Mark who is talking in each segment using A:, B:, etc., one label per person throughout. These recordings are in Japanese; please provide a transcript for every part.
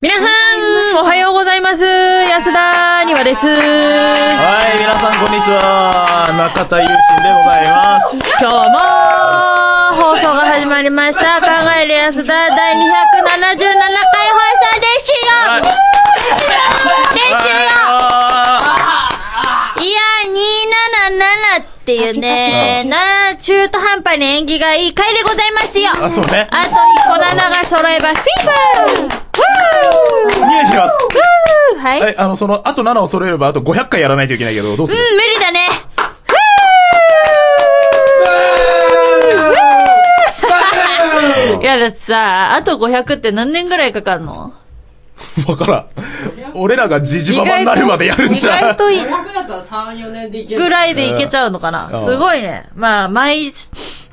A: 皆さん、おはようございます。安田にわです。今
B: はい、皆さんこんにちは。中田優心でございます。
A: 日も、放送が始まりました。考える安田第277回放送ですよ
B: はい。
A: ですよ
B: はい
A: やー、277っていうね、な、中途半端に縁起がいい回でございますよ。
B: いあ、そうね。
A: あと、粉々が揃えば、フィーバーフ
B: 見えてます。
A: ーはい。
B: はい、あの、その、あと7を揃えれば、あと500回やらないといけないけど、どうす
A: う
B: る
A: ん、無理だね。いや、だってさ、あと500って何年ぐらいかかんの
B: わからん。俺らがじじばばになるまでやるん
A: 意
B: じゃん。
A: 外とい
C: 僕だったら3、4年でいけ
A: ぐ
C: る。
A: らいでいけちゃうのかな。
B: うん
A: すごいね。まあ、毎、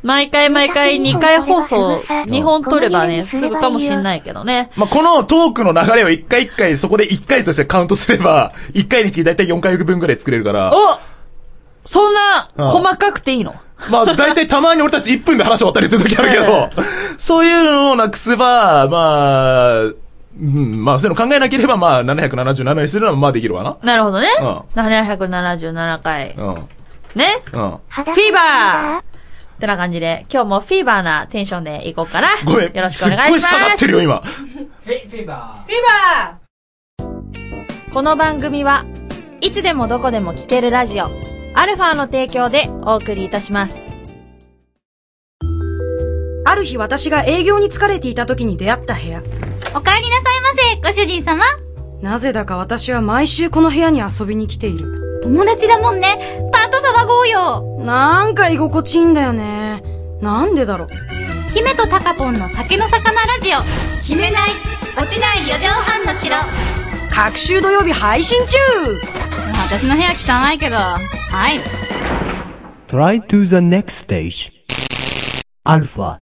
A: 毎回毎回2回放送、2本撮ればね、すぐかもしんないけどね。
B: まあ、このトークの流れを一回一回、そこで一回としてカウントすれば、一回につき大体4回分ぐらい作れるから、
A: おそんな、
B: うん
A: 細かくていいの
B: まあ、大体たまに俺たち1分で話終わったりするときあるけど、そういうのをなくせば、まあ、うん、まあ、そういうの考えなければ、まあ、777にするのはまあできるわな。
A: なるほどね。
B: うん
A: 777回。
B: うん。うん。
A: ね。
B: ご
A: フィーバーってな感じで、今日もフィーバーなテンションでいこうかな。
B: めん。
A: よろしくお願いし
B: すっご
A: ま
B: い
A: す。
B: 下がってるよ、今。
C: フェフェバー。
A: この番組はいつでもどこでも聞けるラジオアルファの提供でお送りいたします
D: ある日私が営業に疲れていた時に出会った部屋。
E: お帰りなさいませ、ご主人様。
D: なぜだか私は毎週この部屋に遊びに来ている。
E: 友達だもんね。パート騒ごうよ。
D: なんか居心地いいんだよね。なんでだろう。
E: 姫とタカポンの酒の魚ラジオ。決めない、落ちない4畳半の城。
D: 各週土曜日配信中
E: 私の部屋汚いけど。はい。
F: Try to the next stage. Alpha.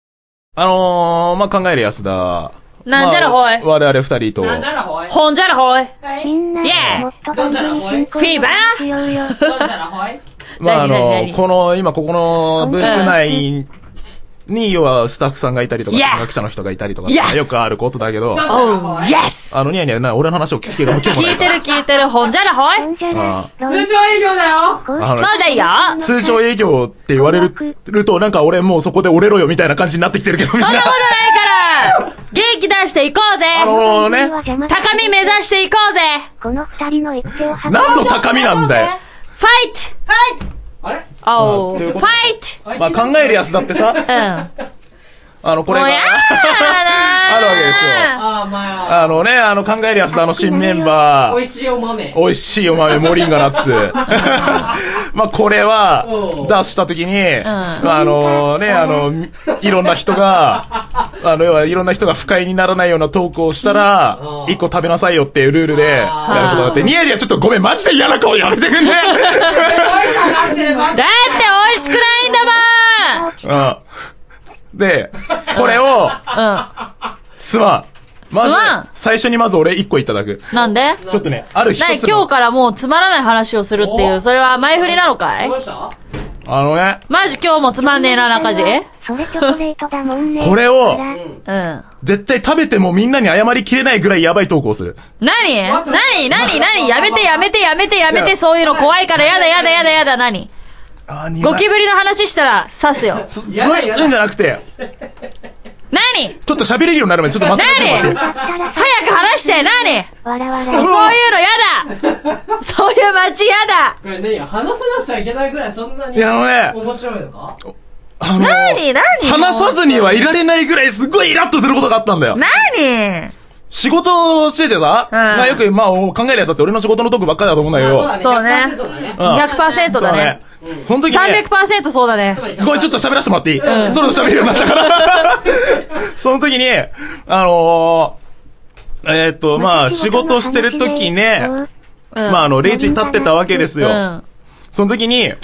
B: あのー、まあ、考える安田。
A: なんじゃらほい
B: まあ我々二人と。
C: なんじゃらほい。
A: ほんじゃらほいイ
C: はい。
A: ェーイ
C: どんじゃらほい。
A: フィーバー
C: どんじゃらほい。
B: まあ、あ
A: 何
B: の
A: 何何
B: この、今ここのブース内に、要はスタッフさんがいたりとか、
A: Yeah
B: 学者の人がいたりとか
A: Yes
B: よくあることだけど、
C: どんじゃら
A: お
C: ほ
A: う
C: い。
A: イエス
B: あの、ニヤニヤな、俺の話を聞くけど、聞
A: 聞いてる聞いてるほんじゃらほい
B: あ
C: 通常営業だよ。
B: あ
A: そう
B: の
A: だよそ
B: 通常営業って言われるると、なんか俺もうそこで折れろよみたいな感じになってきてるけど、みんな。
A: んなことないから元気出していこうぜ
B: あのね、
A: 高み目指していこうぜ
G: この二人の一手をは
B: 何の高みなんだよ。
A: ファイト
C: あれ
A: おう
B: とい
A: ファ
B: うこ
A: イ
B: とまあ考える安だってさ、
A: ト
B: あの、こ
A: うん
B: れ
A: もう
B: が
A: や、だ な
B: あるわけですよ
C: あー、まあ。
B: あのね、あの考える安田の新メンバ
C: 美
B: ー、
C: 味しいお豆。
B: 美味しいお豆、モリンガナッツ。まあこれは
C: お、う
B: 出した時に、まああのね、あの、みいろんな人が、あの、要はいろんな人が不快にならないようなトークをしたら
C: う、ん
B: 一個食べなさいよっていうルールで、やることがあって、ニヤニヤちょっとごめん、マジで嫌な顔やめてくんね
C: 声下がってるぞ。
A: だって美味しくないんだもん
B: うん。で、これを、すまん。まず
A: すまん
B: 最初にまず俺一個いただく。
A: うんなんで
B: ちょっとね、ある一
A: なに
B: つ
A: 今日
B: の、
A: からもうつまらない話をするっていう、
C: お
A: それは前振りなのかい
C: どうした
B: あのね、
A: マジ今日もつまんねえな、中地。う
G: それチョコレートだもんね。
B: これを、
A: ん。
B: 絶対食べてもみんなに謝りきれないぐらいやばい投稿する。
A: なにな
C: って
A: になになにやめてやめてやめてやめ
B: い
A: て、
B: や
A: そういうの怖いからやだやだやだやだ、なに
B: あ、に
A: ゴキブリの話したら刺すよ。
B: そ、そう
C: やだやだ
B: いうんじゃなくて、
A: なに
B: ちょっと喋れるようになるまでちょっと待って
A: なに
B: 待って待って。
G: だったらさ、
A: 早く話して、なに
G: 笑
A: そ
G: わ
A: う
G: な
A: い
G: い
A: う。のやだそういう街やだ
C: これね、話さなくちゃいけないぐらいそんなに。
B: いや、あのね、
C: 面白いのか
B: あの、
A: なになに
B: 話さずにはいられないぐらいすごいイラッとすることがあったんだよ。
A: なに
B: 仕事をしててさ、まあよく、まあ考えるやつだって俺の仕事のトークばっかりだと思うんだけど、
C: まあ
A: そうね
C: 100%だね。
B: うん
A: ?100% だね。。
B: その時にね、
A: 300%そうだね
C: つ。まり100%
B: ごめん、ちょっと喋らせてもらっていい、そろそろ喋るようになったから。 その時に、あのー、えーっ、と、まあ、仕事してる時ね、
A: うん。
B: まあ、あの、レジに立ってたわけですよ。
A: うん。
B: その時に、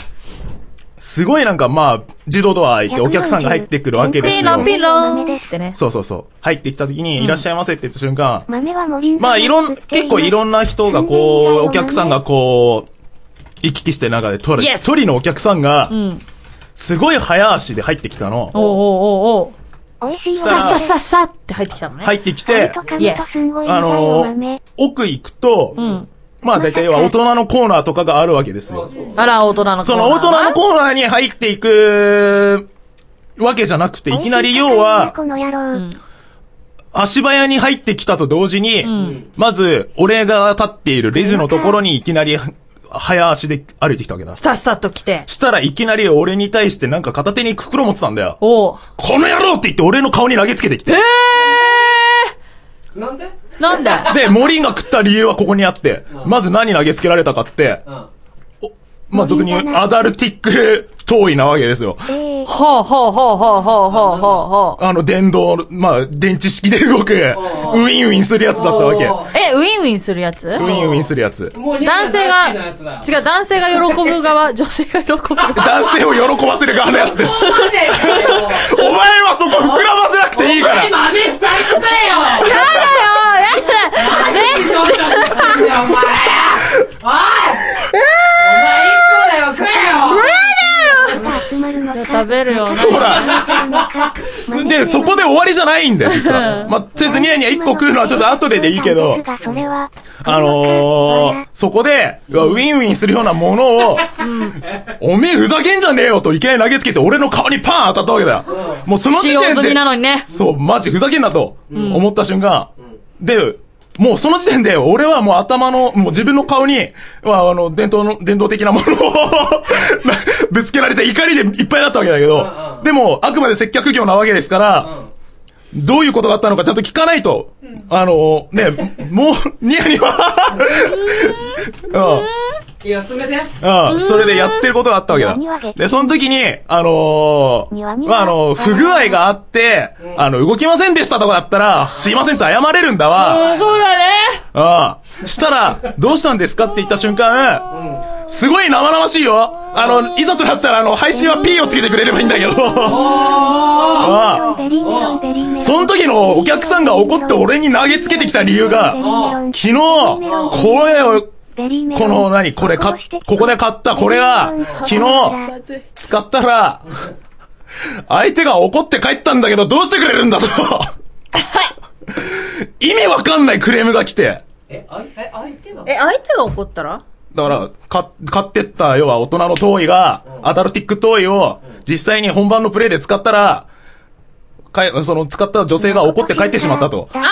B: すごいなんか、まあ、自動ドア開いてお客さんが入ってくるわけで
A: ピ
B: す
A: ロン
B: よ。
A: ピロンつってね。
B: そうそうそう。入ってきた時に、いらっしゃいませって言った瞬間、
G: 豆はモリン
B: まあ、いろん、結構いろ
G: ん
B: んな人がこう、お客さんがこう、行き来してる中で、とり、
A: Yes
B: 一人のお客さんが
A: う、ん。
B: すごい早足で入ってきたの。
A: おうおうおうおう。
G: 美味しい
B: さ
H: さ
B: あ
H: っさっさっさって入ってきたのね。
B: 入ってき
G: お豆
B: て
G: と、噛むとすんごい苦
B: あ
G: いお
B: の
G: 豆
B: ー。、奥行くと、
H: うん。
B: まあ大体は大人のコーナーとかがあるわけですよ。
H: あら、大人のコーナー。
B: その大人のコーナーに入っていくわけじゃなくて、いきなり要は、
G: この野郎。
B: 足早に入ってきたと同時に、
H: ん
B: まず、俺が立っているレジのところにいきなり、早足で歩いてきたわけだ。
A: スタスタと来て。
B: したらいきなり俺に対してなんか片手に袋持ってたんだよ。
H: おう
B: この野郎って言って俺の顔に投げつけてきて。
C: なんで
H: なん だ
B: で、森が食った理由はここにあって、まず何投げつけられたかって、
C: うん。
B: まあ、俗に言うアダルティック 行為なわけですよ。
G: ええ
H: ほうほうほうほうほうほうほうほ
B: あの、電動、まあ、電池式で動く、ウィンウィンするやつだったわけ。
C: おー
H: う。え、ウィンウィンするやつ
B: ウィンウィンするやつ。
C: もう二
H: 男性
C: 大好きなやつだ
H: が、違う、男性が喜ぶ 側、女性が喜ぶ側。
B: 男性を喜ばせる側のやつ です。
C: そうだ
B: お
C: よ
B: 前はそこ膨らませなくていいから
C: お前豆二つくれよ
H: やだよやだ
C: マジで上手だよお前おいお前一個だよ食え
G: 集まるのか。
H: 食べるよな
B: ほら。
G: 豆
B: で、そこで終わりじゃないんだよ、実は。まあ、とりあえずニヤニヤ1個食うのはちょっと後ででいいけど
G: です。がそれは
B: あのー、そこで、うわウィンウィンするようなものを、おめえふざけんじゃねえよといきなり投げつけて俺の顔にパーン当たったわけだよ。もうその時
H: 使用
B: 点
H: 済み
B: で
H: な、のにね。
B: そう、マジふざけんなと思った瞬間、で、もうその時点で俺はもう頭の、もう自分の顔に、まあ、あの、伝統の、伝統的なものを ぶつけられて怒りでいっぱいだったわけだけど、
C: うんうん
B: でも、あくまで接客業なわけですから、どういうことがあったのかちゃんと聞かないと。あの、ね、もう、ニヤニヤ。
C: よいや進めて
B: うん、うん、それでやってることがあったわけだ
G: ニワニワ。
B: で、その時に、あの
G: ニワニ
B: ー、
G: ワ
B: まあ、あの、不具合があって、あの、動きませんでしたとかだったら、すいませんと謝れるんだわ。
H: そうだね。
B: ああ。したら、どうしたんですかって言った瞬間、すごい生々しいよ。あの、いざとなったら、あの、配信は P をつけてくれればいいんだけど。ああ。
G: ベリーメロンベリーメロン。
B: その時のお客さんが怒って俺に投げつけてきた理由が
G: ベリ、ーメロン
B: 昨日、これを、
G: ベリーメロ
B: こ
G: ン
B: の、何、これか、ここで買ったこれが、昨日、使ったら、相手が怒って帰ったんだけど、どうしてくれるんだと。意味わかんないクレームが来て。
C: えあいえ相手なの
A: え、相手が怒ったら
B: だから、か、買ってった、要は大人のトーイが、アダルティックトーイを、実際に本番のプレイで使ったら、かえ、その、使った女性が怒って帰ってしまったと。
G: あ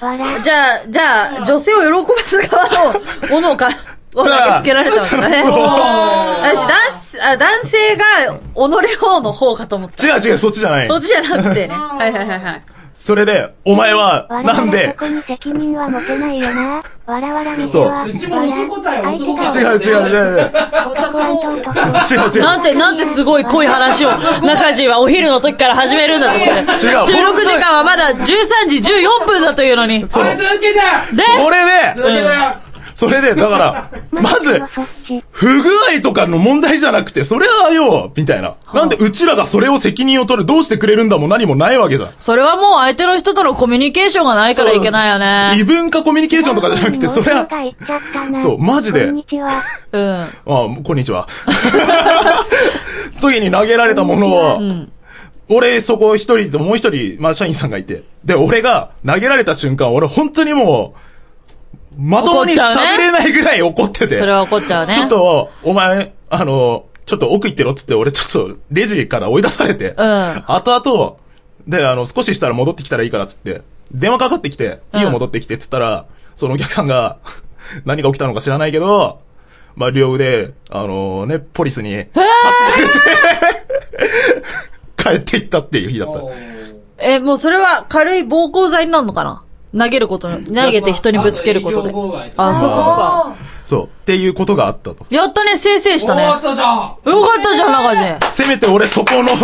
G: あ
A: じゃあ、じゃあ、女性を喜ばす側のものを か、を投げつけられたわけだね。
B: そう
A: 私、男性、あ男性が、己をの方かと思った。
B: 違う違う、そっちじゃない
A: そ。っちじゃなく てね。はいはいはいはい。
B: それで、お前は、なんで
G: そ、こに責任は持てないよな。わらわら見て
B: そう
G: は。
C: うちも男だよ男だよ
B: 違う違う違う
G: 私も。
B: 違う違う。
H: なんて、なんてすごい濃い話を、中地はお昼の時から始めるんだと思って。
B: 違う
H: 収録時間はまだ13時14分だというのに。で、
B: そう
C: おい続けて
B: それで、
C: 続けて
B: それで、だから、まず、不具合とかの問題じゃなくて、それはよ、みたいな。なんで、うちらがそれを責任を取る、どうしてくれるんだも何もないわけじゃん。
H: それはもう相手の人とのコミュニケーションがないからいけないよ
B: 異
H: ね。
B: 文化コミュニケーションとかじゃなくて、それは、そうマジで
G: こんにちは。
H: うん。
B: あこんにちは。 時に投げられたものを、俺、そこ一人ともう一人、まあ、社員さんがいて。で、俺が投げられた瞬間、俺本当にもう、まともに
H: 怒っちゃうね
B: 喋れないぐらい怒ってて。
H: それは怒っちゃうね。
B: ちょっと、お前、あの、ちょっと奥行ってろっつって、俺ちょっと、レジから追い出されて。後々、で、あの、少ししたら戻ってきたらいいからっつって、電話かかってきて、いいよ
H: うん
B: 戻ってきてっつったら、そのお客さんが、 何が起きたのか知らないけど、まあ、両腕、あのね、ポリスに、え帰っていったっていう日だった。
H: え、もうそれは軽い暴行罪になるのかな投げることの、投げて人にぶつけることで
C: あと営業妨害。とか
H: あ、そういうことか。
B: そう。っていうことがあったと。
H: やったね、先生したね。
C: 終
H: よ
C: わ
H: か
C: ったじゃんお
H: ったじゃん、中地。おめでと
B: せめて俺 そこの、
C: やっ
H: うやっ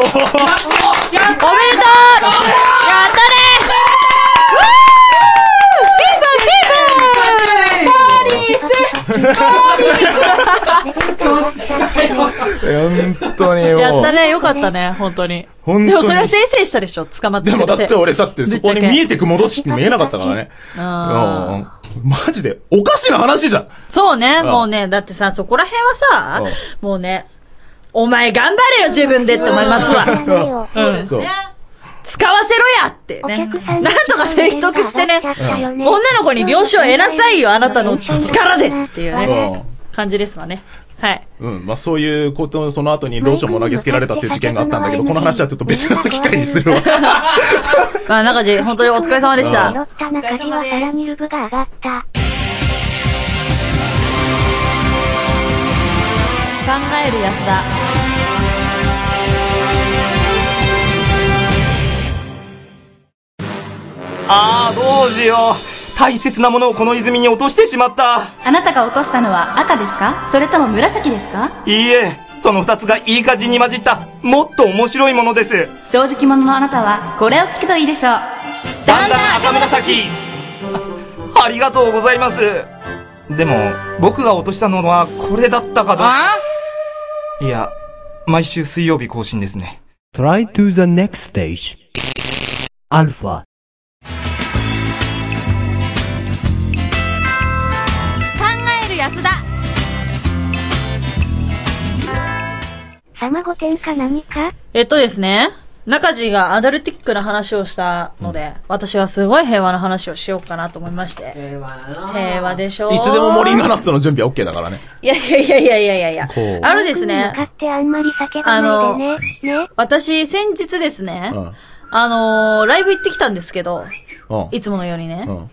H: たね
B: 本当にもう。
H: やったね、よかったね、本当に。
B: 本当に
H: でもそれは先生したでしょ、捕まって
B: で
H: く
B: も
H: れ
B: だって俺だってそこに見えてく戻し見えなかったからね。
H: あー
B: うんマジで、おかしな話じゃん。
H: そうね、
B: ん
H: もうね、だってさ、そこら辺はさ
B: うん、
H: もうね、お前頑張れよ、自分でって思いますわ。
G: わ。
B: そう。
A: 使わせろやって
G: お
A: ね
G: 客。さん
A: なんとか説得してね、女の子に了承を得なさいよ、あなたの力でっていうね、
B: うん
A: 感じですわね。はい。
B: うん。まあ、そういうこと、その後にローションも投げつけられたっていう事件があったんだけど、この話はちょっと別の機会にするわ。
A: まあ、中地、本当にお疲れ様でし
B: うん
A: た。
G: ロッタ中地は腹にルブが上がった。
A: える安田。
I: ああ、どうしよう。大切なものをこの泉に落としてしまった。
J: あなたが落としたのは赤ですかそれとも紫ですか
I: いいえ、その二つがいい感じに混じった、もっと面白いものです。
J: 正直者のあなたはこれを聞くといいでしょう。
I: だんだん赤紫あありがとうございます。でも、僕が落としたのはこれだったかどうか。いや、毎週水曜日更新ですね。
F: Try to the next stage. Alpha.
E: える安田
G: さまご点か何か
A: えっとですね、中地がアダルティックな話をしたので、私はすごい平和な話をしようかなと思いまして。
C: 平和だな
A: 平和でしょう
B: いつでもモリンガナッツの準備は OK だからね。
A: いやいやいやいやいやいやいや
B: こう。
A: あのです
G: 向か
A: ね、
G: ってあんまり叫ばないでね。ね。
A: 私先日ですね、
B: うん。
A: あのー、ライブ行ってきたんですけど、
B: うん。
A: いつものようにね、
B: うん。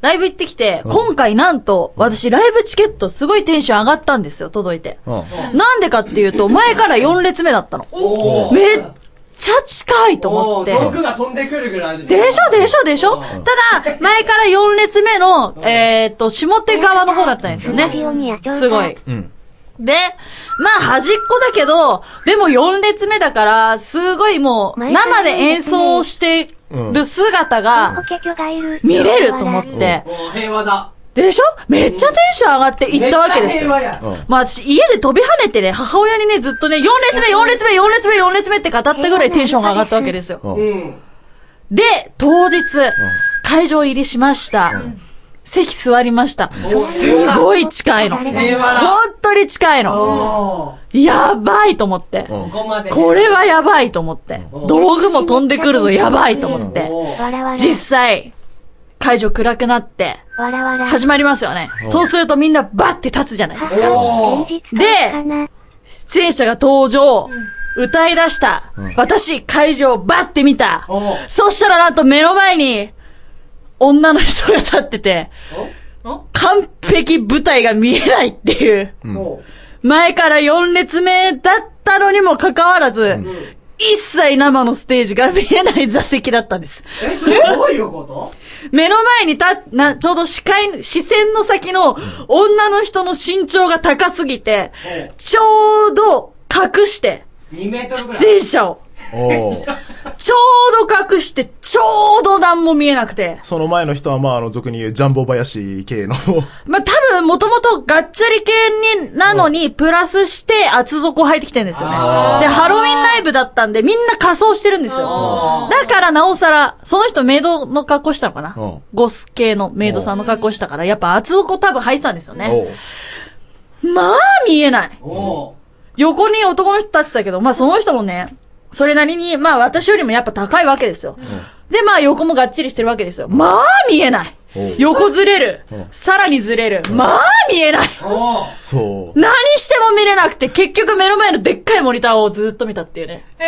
A: ライブ行ってきて、今回なんと、私ライブチケットすごいテンション上がったんですよ、届いて。
B: うん。
A: なんでかっていうと、前から4列目だったの。
C: おー
A: めっちゃ近いと思って。
C: おー毒が飛んでくるぐらいで
A: でしょでしょでしょただ、前から4列目の、えーっと、下手側の方だったんですよね
G: ラジオに野鳥。が
A: すごい。
B: うん。
A: で、まあ端っこだけど、でも4列目だから、すごいもう、生で演奏をしてる姿
G: ホ
A: が、
G: ケ巨がいる。
A: 見れると思っ
G: 笑
A: て。
C: おー平和だ
A: でしょめっちゃテンション上がって行ったわけですよ。
C: めっちゃ平和や
A: まあ私、家で飛び跳ねてね、母親にね、ずっとね、4列目、4列目、4列目、4列目って語ったぐらいテンションが上がったわけですよ。
C: うん
A: で、当日、会場入りしました。席座りました。すごい近いの。本
C: 平和だ
A: 当に近いの。
C: おー
A: やばいと思って。
B: うん
C: ここまで
A: これはやばいと思って。道具も飛んでくるぞ、やばいと思って。
C: おー
G: わらわら。
A: 実際、会場暗くなって、
G: わらわら。
A: 始まりますよね。そうするとみんなバッて立つじゃないですか。
C: おー
G: 現実感かな。
A: 出演者が登場、歌い出した、私、会場バッて見た
C: おう、
A: そしたらなんと目の前に、女の人が立ってて、完璧舞台が見えないっていう、
C: おー
A: 前から4列目だったのにもかかわらず、一切生のステージが見えない座席だったんです。
C: えそれどういうこと
A: 目の前にた、な、ちょうど視界、視線の先の女の人の身長が高すぎて、ちょうど隠して、
C: 2メートルぐらい
A: 出演者を。
B: おー
A: ちょうど隠して、ちょうど何も見えなくて。
B: その前の人は、まあ、あの、俗に言うジャンボ林系の。
A: まあ、多分、もともとがっつり系に、なのに、プラスして厚底を履いてきてるんですよね。で、ハロウィンライブだったんで、みんな仮装してるんですよ。だから、なおさら、その人メイドの格好したのかな
B: うん
A: ゴス系のメイドさんの格好したから、やっぱ厚底多分履いてたんですよね。
B: おう
A: まあ、見えない。
C: おー
A: 横に男の人立ってたけど、まあその人もね、それなりに、まあ私よりもやっぱ高いわけですよ。で、まあ横もがっちりしてるわけですよ。まあ見えない
B: おう
A: 横ずれる。さらにずれる。まあ見えない
C: おー
B: そう。
A: 何しても見れなくて、結局目の前のでっかいモニターをずっと見たっていうね。
C: え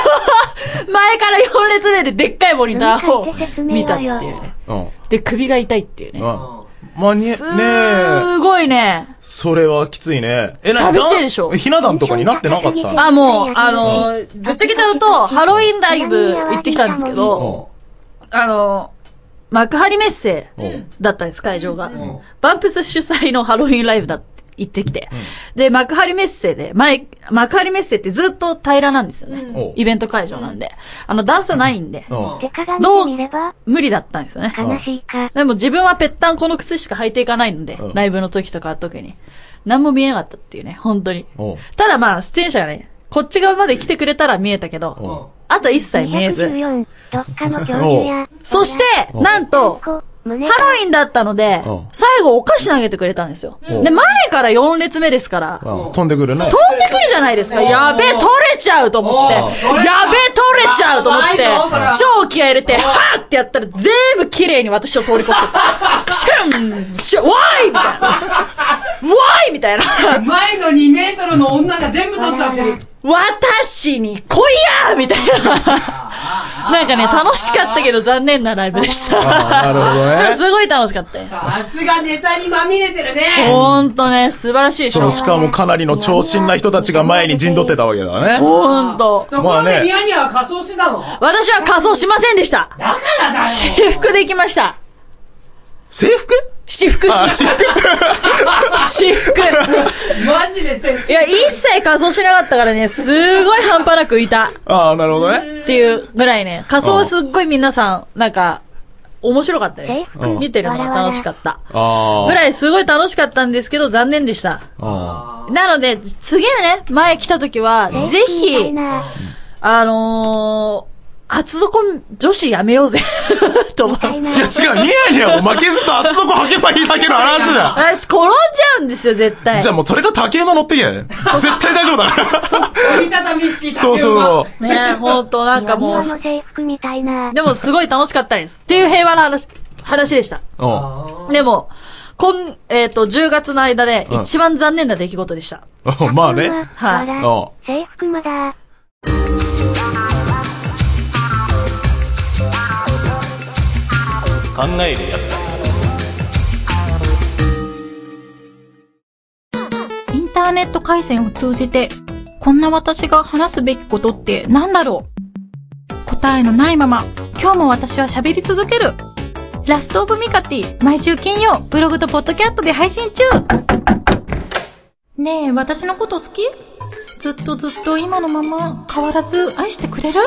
A: 前から4列目ででっかいモニターを見たっていうね。
B: うん。
A: で、首が痛いっていう
B: うん
A: ね。
B: まあ、に、ねえ
A: す。ーごいね。
B: それはきついね。え、な
A: 寂しいでしょ
B: ひな壇とかになってなかった
A: あ、もう、あのー、ぶっちゃけちゃうと、ハロウィンライブ行ってきたんですけど、あの、幕張メッセ
B: うん
A: だったんです、会場が。バンプス主催のハロウィンライブだって行ってきて。で、幕張メッセで、前、幕張メッセってずっと平らなんですよ
B: お
A: ね。イベント会場なんで。あの、段差ないんで、
B: うん。
G: 手鏡で見れば
A: 無理だったんですよね。
G: 悲しいか。
A: でも自分はぺったんこの靴しか履いていかないので、
B: うん
A: ライブの時とかは特に。何も見えなかったっていうね、本当に
B: おう。
A: ただまあ、出演者がね、こっち側まで来てくれたら見えたけ
B: おう
A: ど、あと一切見えず。
G: 214、どっかの恐竜や。
A: そして、なんと、
G: 胸が
A: ハロウィンだったので
B: うん、
A: 最後お菓子投げてくれたんですよ。
B: うん
A: で、前から4列目ですから、飛ん
B: うん飛んでくるね。
A: でくるじゃないですか。やべえ、取れちゃうと思って。や
C: お
A: べ
C: う
A: え、
C: 取
A: 取
C: れ
A: れ
C: た
A: ちゃうと思って
C: あうまいぞこれは、
A: 超気合い入れて、はーってやったら全部綺麗に私を通り越してた。 シュンシュンわーいみたいな。わーいみたいな。
C: 前の2メートルの女が全部取っちゃってる。
A: 私に来いやみたいな。なんかね、楽しかったけど残念なライブでした。
B: あーなるほどね
A: でもすごい楽しかったです。
C: さすがネタにまみれてるね。
A: ほんとね、素晴らしいでし
B: そ
A: ょ
B: の。しかもかなりの長身な人たちが前に陣取ってたわけだね。
A: ほんと。
C: ところ
B: まあ
C: で
B: ね
C: ニヤニヤは仮装してたのだ
A: 私は仮装しませんでした。
C: からだよ。
A: 私服で行きました。
B: 制服
A: 私服、
B: あ、私 服
A: 私服。
C: マジでせ
A: いや、一切仮装しなかったからね、すごい半端なく浮いた。
B: ああ、なるほどね。
A: っていうぐらいね、仮装はすっごい皆さん、なんか、面白かったです。
B: うん
A: 見てるのが楽しかった。
B: あ
A: ぐらいすごい楽しかったんですけど、残念でした。
B: あ。
A: なので、次ね、前来た時は、ぜ
G: みたい
A: ひ、
G: な。
A: あのー、厚底女子やめようぜ、 と思う。
B: いや違う、ニヤニヤも負けずと厚底履けばいいだけの話 だ。
A: 私、転んじゃうんですよ、絶対。
B: じゃあもうそれが竹馬乗ってけ。絶対大丈夫だから。
C: 折りたたみ式
B: そうそうそう。
A: ねほんと、なんかも
G: 今
A: う、
G: の制服みたいな。
A: でもすごい楽しかったです。っていう平和な話、話でした。
B: うん
A: でも、こん、えっ、と、10月の間で
B: うん
A: 一番残念な出来事でした。
B: うん。まあね。
A: はい
G: 笑
B: あ
G: 制服まだ。
K: 考えるやつだ
J: インターネット回線を通じて、こんな私が話すべきことって何だろう答えのないまま、今日も私は喋り続ける。ラストオブミカティ、毎週金曜、ブログとポッドキャストで配信中ねえ、私のこと好きずっとずっと今のまま変わらず愛してくれる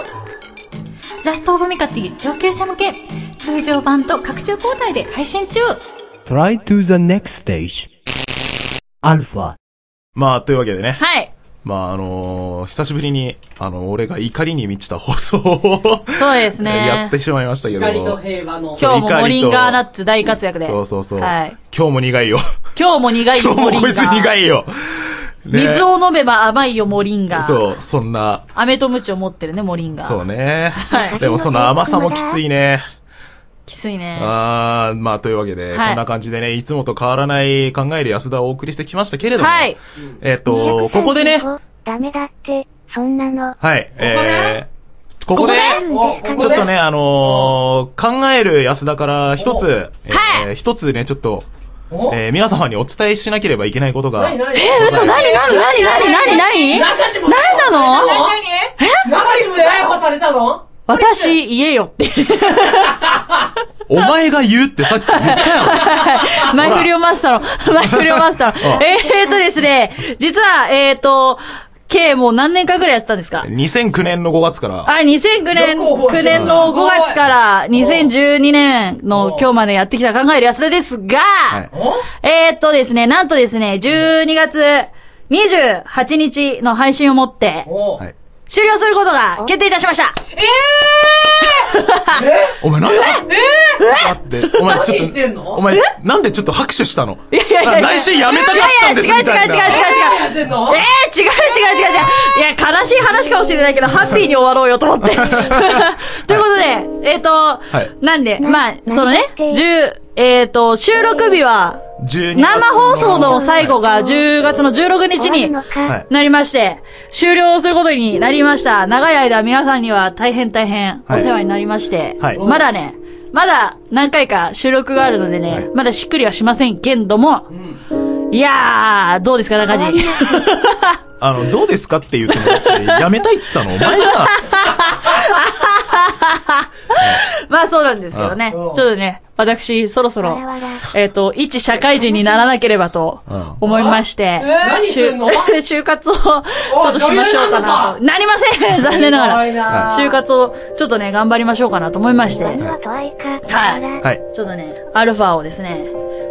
J: ラストオブミカティ上級者向け、通常版と各週交代で配信中
F: Try to the next stage. Alpha.
B: まあ、というわけでね。
A: はい。
B: まあ、あのー、久しぶりに、あの、俺が怒りに満ちた放送を
A: そうです
B: や
A: ね
B: って。しまいましたけど。
C: 光と平和の。
A: 今日もモリンガーナッツ大活躍で。
B: そうそうそう。
A: はい。
B: 今日も苦いよ。
A: 今日も苦い
B: 今
A: よ、
B: 日
A: モ
B: も
A: リン
B: こ
A: ガ
B: いつ苦いよ。ね
A: 水を飲めば甘いよ、モリンガ
B: そう、そんな、
A: 飴とムチを持ってるね、モリンガ
B: そうね。
A: はい。
B: でもその甘さもきついね。
A: きついね。
B: あー、まあというわけで、
A: はい
B: こんな感じでね、いつもと変わらない考える安田をお送りしてきましたけれども、
A: はい。
B: えっと、ここでね、。
G: ダメだって、そんなの。
B: はい、えー、ここで、
C: おここで
B: ちょっとね、あのー、考える安田から一つ、えー一つね、ちょっと、
C: お
B: えー、皆様にお伝えしなければいけないことが、
C: 何何え、
A: 嘘、なになになになになになに
C: 何
A: 何なの
C: え中にも逮捕されたの
A: 私、言えよって。
B: お前が言うってさっき言った やろ。
A: マイフリオマスターの、マイフリオマスターの。えーっとですね、実は、えーっと、計もう何年間ぐらいやってたんですか
B: 2009年の5月から、
A: あ、2009年、
C: よく覚え
A: 9
C: てる
A: 年の5月から
C: い
A: 2012年の今日までやってきた考える安田ですが、
B: い
A: えーっとですね、なんとですね、12月28日の配信をもって、
C: お
B: はい
A: 終了することが決定いたしました
B: お前なんで、えって、お前ちょ
C: 何言
B: っ
C: ってん
B: と、
C: の
B: お前、なんでちょっと拍手したのいや
A: いやいやいや
B: 内心やめたかったんです
A: いやい
B: み
A: や
B: た
A: 違
B: いう
A: 違う違う
B: な。
A: 違う違う
C: やってん
A: え
C: の
A: ー、違う違う違う違う。いや、悲しい話かもしれないけど、ハッピーに終わろうよと 思って。ということで、えっ、と、
B: い
A: なんで、まあ、そのね、10、えっ、と、収録日は、
B: 12月
A: 生放送の最後が10月の16日
G: 終わる
A: に
G: のか。
B: はい
A: なりまして、終了することになりました。長い間皆さんには大変大変お
B: はい
A: 世話になりまして、
B: はい
A: まだね、まだ何回か収録があるのでね、
B: はい
A: まだしっくりはしませんけんども、いやー、どうですか、中地。
B: あの、どうですかって言ってもらって、やめたいっつったのお前じゃん。
A: まあそうなんですけどね。ちょっとね、私、そろそろ
G: わらわら、
A: えっ、と、一社会人にならなければと
B: ん
A: 思いまして、
C: 何してんの
A: 就 就活をちょっとしましょうかなと。
C: お
A: なりません 残念なが
C: ひどい
A: ら。
C: な
A: 就活をちょっとね、頑張りましょうかなと思いまして、
G: 何はとはいか。
A: はい
G: わら
B: はい。
A: ちょっとね、アルファをですね、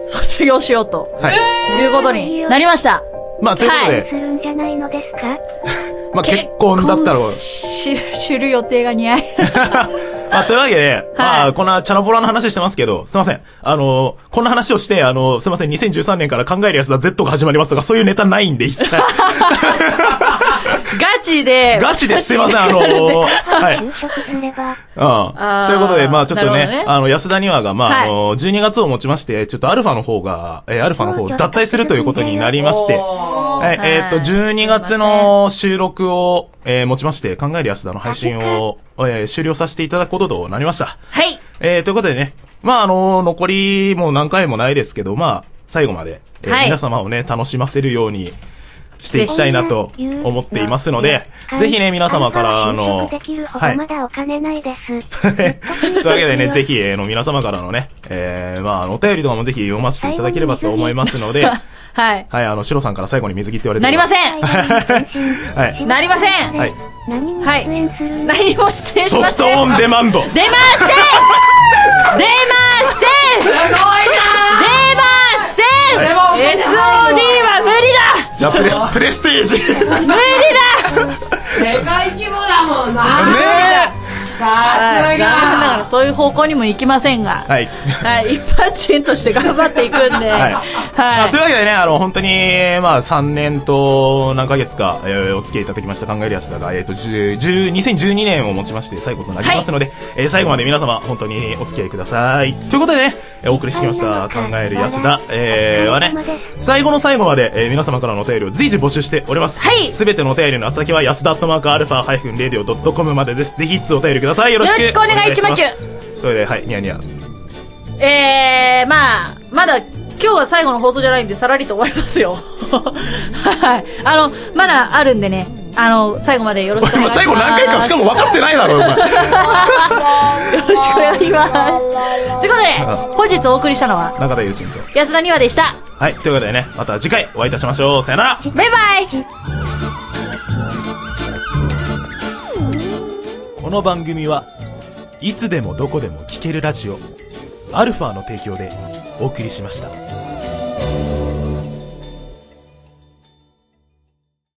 A: 卒業しようと、
B: はい。
A: いうことになりました。
B: まあ、ということで、
G: するんじゃないのですか
B: まあ、結婚だったら、
A: 結婚し知る予定が似合い。
B: まあ、というわけで、まあ、こんなチャラボラの話してますけど、すいません。あの、こんな話をして、あの、すいません、2013年から考えるやつだ Z が始まりますとか、そういうネタないんで、一 切。
A: ガチで。
B: ガチですいません、あの、はい。
G: 就職すれば、
B: うん。ということで、まあちょっ
A: な
B: と
A: る
B: ね、
A: ほどね
B: あの、安田にはが、まあ、
A: はい
B: あの、12月をもちまして、ちょっとアルファの方が、えーアルファの方、
G: うん
B: 脱退するということになりまして、
C: おー
B: はい、えーっと、
A: はい
B: 12月の収録を、えー持ちまして、考える安田の配信を、えー終了させていただくこととなりました。
A: はい。
B: えー、ということでね、まあ、あの残りもう何回もないですけど、まあ、最後まで、えー
A: はい
B: 皆様をね、楽しませるようにしていきたいなと思っていますので、
G: はい
B: ぜひね、皆様から、あの、
G: 就職できるほ
B: は
G: ど
B: い
G: まだお金ないです。
B: というわけでね、ぜひ、えーの、皆様からのね、えー、まああの、お便りとかもぜひ読ませていただければと思いますので、
A: はい。
B: はい、あの、シロさんから最後に水着って言われて
A: なりませ
B: ん
A: ん。
B: はい。
A: なりません。
B: はい。
G: 何に出
A: はい
G: 演するの、
A: 何もしてし
B: ソ
A: ま
B: フ
A: せ
B: ト
A: ん。
B: オンデマンド
A: 出ません出ません
C: すごいな
A: 出ません
C: で
A: !SOD
C: も
A: は無理だ
B: じゃあ、プレス、プレステージね
A: 無理だ
C: 世界規模だもんな
B: え
A: は
C: さす
A: い残念なが
C: が
A: らそういう方向にも行きませんが、
B: はい。
A: はい、一般人として頑張っていくんで、はい
B: い。まあというわけでね、あの、本当に、まあ、3年と何ヶ月か、えーお付き合いいただきました考えるやつだが、えっ、と、10、10 2012年をもちまして最後となりますので、えー最後まで皆様、本当にお付き合いください。ということでね、えーお送りしてきました、考えるやつだ、えー、はね、最後の最後まで、えー皆様からのお便りを随時募集しております。
A: はい
B: すべてのお便りの宛先は、安田アットマークアルファハイフンレディオドットコムまでです。ぜひ、いつお便りください。よろし
A: よ
B: く。
A: ろしくお願いします
B: それで、はい、ニャニャ。
A: えー、まあ、まだ、今日は最後の放送じゃないんで、さらりと終わりますよ。 はい。あの、まだあるんでね、あの、最後までよろしくお願
B: お前
A: いします。
B: 最後何回かしかも分かってないだろ、お前。
A: よろしくお願いします。ということで、本日お送りしたのは、
B: 中田優心と。
A: 安田にわでした。
B: はい、ということでね、また次回お会いいたしましょう。さよなら
A: バイバイ
B: この番組はいつでもどこでも聴けるラジオ、アルファの提供でお送りしました。